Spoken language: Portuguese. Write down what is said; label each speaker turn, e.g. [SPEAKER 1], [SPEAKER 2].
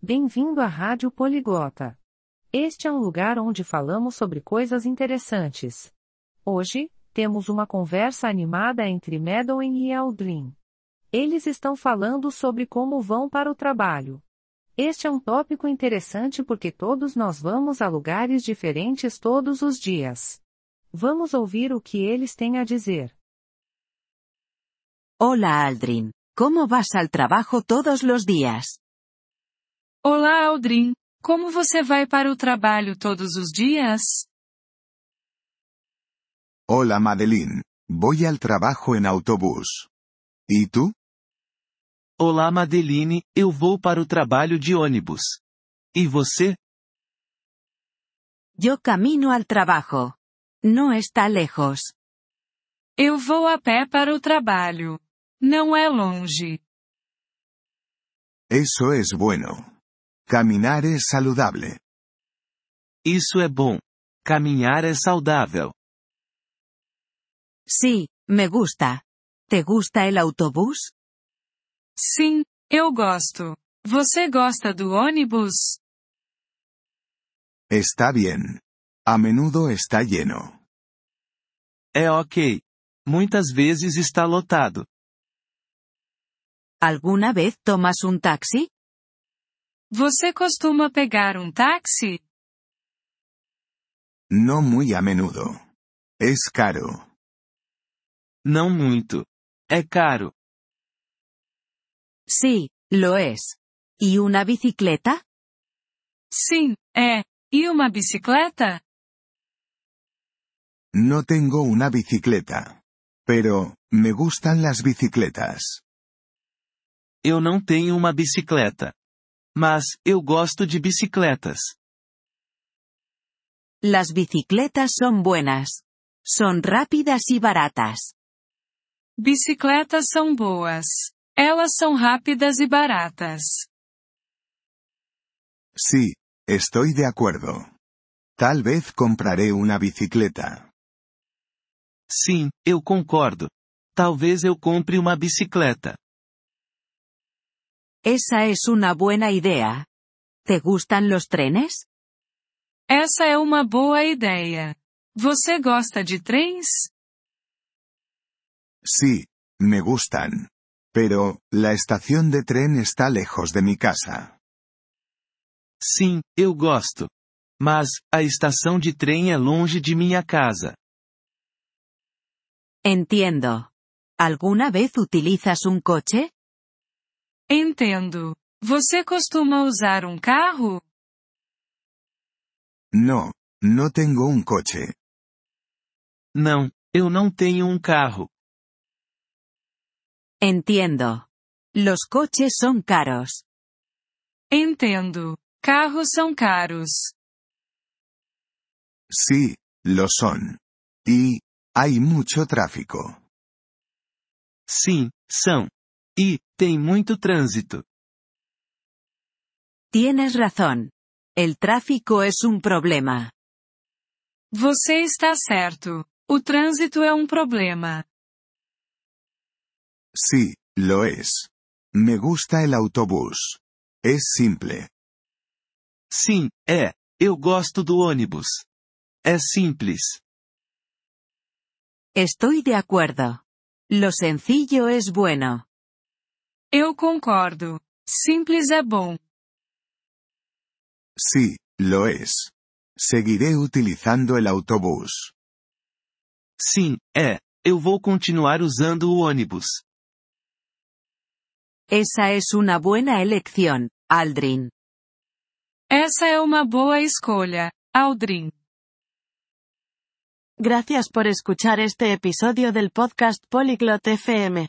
[SPEAKER 1] Bem-vindo à Rádio Poliglota. Este é um lugar onde falamos sobre coisas interessantes. Hoje, temos uma conversa animada entre Madeline e Eldrin. Eles estão falando sobre como vão para o trabalho. Este é um tópico interessante porque todos nós vamos a lugares diferentes todos os dias. Vamos ouvir o que eles têm a dizer.
[SPEAKER 2] Hola Aldrin, ¿cómo vas al trabajo todos los días?
[SPEAKER 3] Olá, Aldrin. Como você vai para o trabalho todos os dias?
[SPEAKER 4] Hola Madeline. Voy al trabajo en autobús. ¿Y tú?
[SPEAKER 5] Olá, Madeline, eu vou para o trabalho de ônibus. E você?
[SPEAKER 2] Yo camino al trabajo. No está lejos.
[SPEAKER 3] Eu vou a pé para o trabalho. Não é longe.
[SPEAKER 4] Eso es bueno. Caminar es saludable.
[SPEAKER 5] Isso é bom. Caminhar é saudável.
[SPEAKER 2] Sí, me gusta. ¿Te gusta el autobús?
[SPEAKER 3] Sim, eu gosto. Você gosta do ônibus?
[SPEAKER 4] Está bien. A menudo está lleno.
[SPEAKER 5] É ok. Muitas vezes está lotado.
[SPEAKER 2] ¿Alguna vez tomas un taxi?
[SPEAKER 3] Você costuma pegar um táxi?
[SPEAKER 4] No muy a menudo. Es caro.
[SPEAKER 5] Não muito. É caro.
[SPEAKER 2] Sí, lo es. ¿Y una bicicleta?
[SPEAKER 3] Sim, é. E uma bicicleta?
[SPEAKER 4] No tengo una bicicleta. Pero, me gustan las bicicletas.
[SPEAKER 5] Eu não tenho uma bicicleta. Mas, eu gosto de bicicletas.
[SPEAKER 2] Las bicicletas son buenas. Son rápidas y baratas.
[SPEAKER 3] Bicicletas são boas. Elas são rápidas e baratas.
[SPEAKER 4] Sí, estoy de acuerdo. Tal vez compraré una bicicleta.
[SPEAKER 5] Sim, eu concordo. Talvez eu compre uma bicicleta.
[SPEAKER 2] Esa es una buena idea. ¿Te gustan los trenes?
[SPEAKER 3] Essa é uma boa ideia. Você gosta de trens?
[SPEAKER 4] Sí, me gustan. Pero, la estación de tren está lejos de mi casa.
[SPEAKER 5] Sim, eu gosto. Mas, a estação de trem é longe de minha casa.
[SPEAKER 2] Entiendo. ¿Alguna vez utilizas un coche?
[SPEAKER 3] Entendo. Você costuma usar um carro?
[SPEAKER 4] No, no tengo un coche.
[SPEAKER 5] Não, eu não tenho um carro.
[SPEAKER 2] Entiendo. Los coches son caros.
[SPEAKER 3] Entendo. Carros são caros.
[SPEAKER 4] Sí, lo son. Y, hay mucho tráfico.
[SPEAKER 5] Sim, são. E, tem muito trânsito.
[SPEAKER 2] Tienes razón. El tráfico es un problema.
[SPEAKER 3] Você está certo. O trânsito é um problema.
[SPEAKER 4] Sí, lo es. Me gusta el autobús. Es simple.
[SPEAKER 5] Sim, é. Eu gosto do ônibus. É simples.
[SPEAKER 2] Estoy de acuerdo. Lo sencillo es bueno.
[SPEAKER 3] Eu concordo. Simples é bom.
[SPEAKER 4] Sí, lo es. Seguiré utilizando el autobús.
[SPEAKER 5] Sim, é. Eu vou continuar usando o ônibus.
[SPEAKER 2] Esa es una buena elección, Aldrin.
[SPEAKER 3] Essa é uma boa escolha, Aldrin.
[SPEAKER 6] Gracias por escuchar este episodio del podcast Polyglot FM.